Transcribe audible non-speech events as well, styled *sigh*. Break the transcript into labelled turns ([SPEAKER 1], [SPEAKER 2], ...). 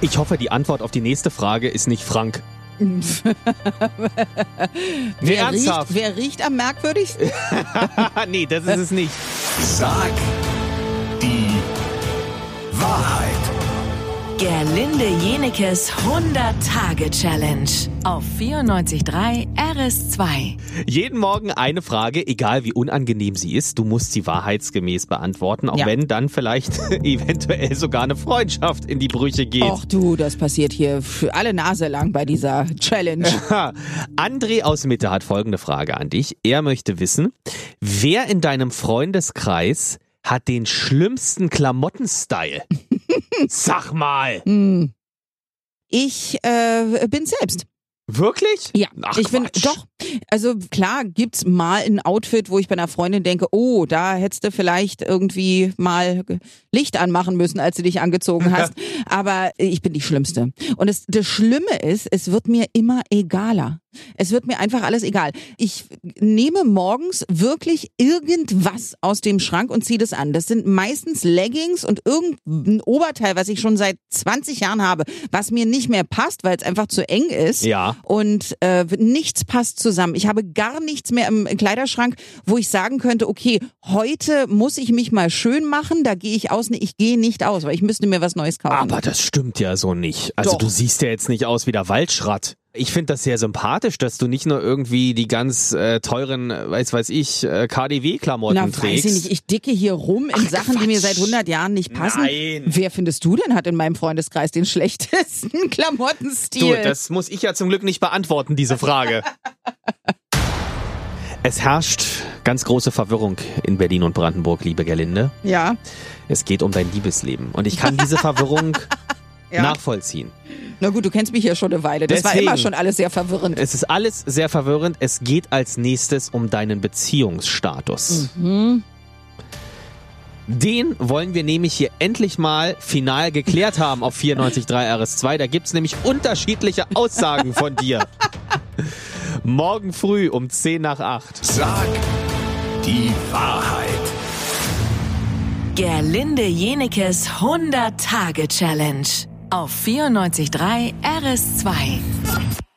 [SPEAKER 1] Ich hoffe, die Antwort auf die nächste Frage ist nicht
[SPEAKER 2] *laughs*
[SPEAKER 1] Frank. nee,
[SPEAKER 2] wer, riecht,
[SPEAKER 1] ernsthaft.
[SPEAKER 2] wer riecht am merkwürdigsten?
[SPEAKER 1] *laughs* nee, das ist es nicht.
[SPEAKER 3] Sag die Wahrheit.
[SPEAKER 4] Gerlinde Jenekes 100-Tage-Challenge auf 94.3 RS2.
[SPEAKER 1] Jeden Morgen eine Frage, egal wie unangenehm sie ist, du musst sie wahrheitsgemäß beantworten, auch
[SPEAKER 2] Ja.
[SPEAKER 1] wenn dann vielleicht *laughs* eventuell sogar eine Freundschaft in die Brüche geht.
[SPEAKER 2] Och du, das passiert hier für alle Nase lang bei dieser Challenge.
[SPEAKER 1] Ha. André aus Mitte hat folgende Frage an dich. Er möchte wissen, wer in deinem Freundeskreis hat den schlimmsten
[SPEAKER 2] *laughs*
[SPEAKER 1] Klamottenstyle? Sag mal.
[SPEAKER 2] Hm. Ich äh, bin selbst.
[SPEAKER 1] Wirklich?
[SPEAKER 2] Ja,
[SPEAKER 1] Ach,
[SPEAKER 2] ich bin
[SPEAKER 1] Quatsch.
[SPEAKER 2] doch. Also klar gibt's mal ein Outfit, wo ich bei einer Freundin denke, oh, da hättest du vielleicht irgendwie mal Licht anmachen müssen, als du
[SPEAKER 1] *laughs*
[SPEAKER 2] dich angezogen hast. Aber ich bin die Schlimmste. Und das, das Schlimme ist, es wird mir immer egaler. Es wird mir einfach alles egal. Ich nehme morgens wirklich irgendwas aus dem Schrank und ziehe das an. Das sind meistens Leggings und irgendein Oberteil, was ich schon seit 20 Jahren habe, was mir nicht mehr passt, weil es einfach zu eng ist.
[SPEAKER 1] Ja.
[SPEAKER 2] Und äh, nichts passt zusammen. Ich habe gar nichts mehr im Kleiderschrank, wo ich sagen könnte, okay, heute muss ich mich mal schön machen, da gehe ich aus. Nee, ich gehe nicht aus, weil ich müsste mir was Neues kaufen.
[SPEAKER 1] Aber das stimmt ja so nicht. Also
[SPEAKER 2] Doch.
[SPEAKER 1] du siehst ja jetzt nicht aus wie der Waldschrat. Ich finde das sehr sympathisch, dass du nicht nur irgendwie die ganz äh, teuren, äh, weiß weiß ich, äh, KDW-Klamotten
[SPEAKER 2] Na,
[SPEAKER 1] trägst.
[SPEAKER 2] weiß ich nicht. Ich dicke hier rum in Sachen, die mir seit 100 Jahren nicht passen.
[SPEAKER 1] Nein.
[SPEAKER 2] Wer findest du denn hat in meinem Freundeskreis den schlechtesten *laughs*
[SPEAKER 1] Du,
[SPEAKER 2] Klamottenstil?
[SPEAKER 1] das muss ich ja zum Glück nicht beantworten, diese Frage. *laughs* es herrscht ganz große Verwirrung in Berlin und Brandenburg, liebe Gerlinde.
[SPEAKER 2] ja,
[SPEAKER 1] Es geht um dein Liebesleben. Und ich kann diese *laughs* Verwirrung
[SPEAKER 2] ja.
[SPEAKER 1] nachvollziehen.
[SPEAKER 2] Na gut, du kennst mich ja schon eine Weile. Das
[SPEAKER 1] Deswegen. Äh,
[SPEAKER 2] war immer schon alles sehr verwirrend.
[SPEAKER 1] Es ist alles sehr verwirrend. Es geht als nächstes um deinen Beziehungsstatus.
[SPEAKER 2] Hm?
[SPEAKER 1] Den wollen wir nämlich hier endlich mal final geklärt haben auf 94.3 RS2. Da gibt's nämlich unterschiedliche Aussagen von *laughs* dir. Morgen früh um 10 nach 8.
[SPEAKER 3] Sag die Wahrheit.
[SPEAKER 4] Gerlinde Jenekes 100-Tage-Challenge auf 94.3 RS2.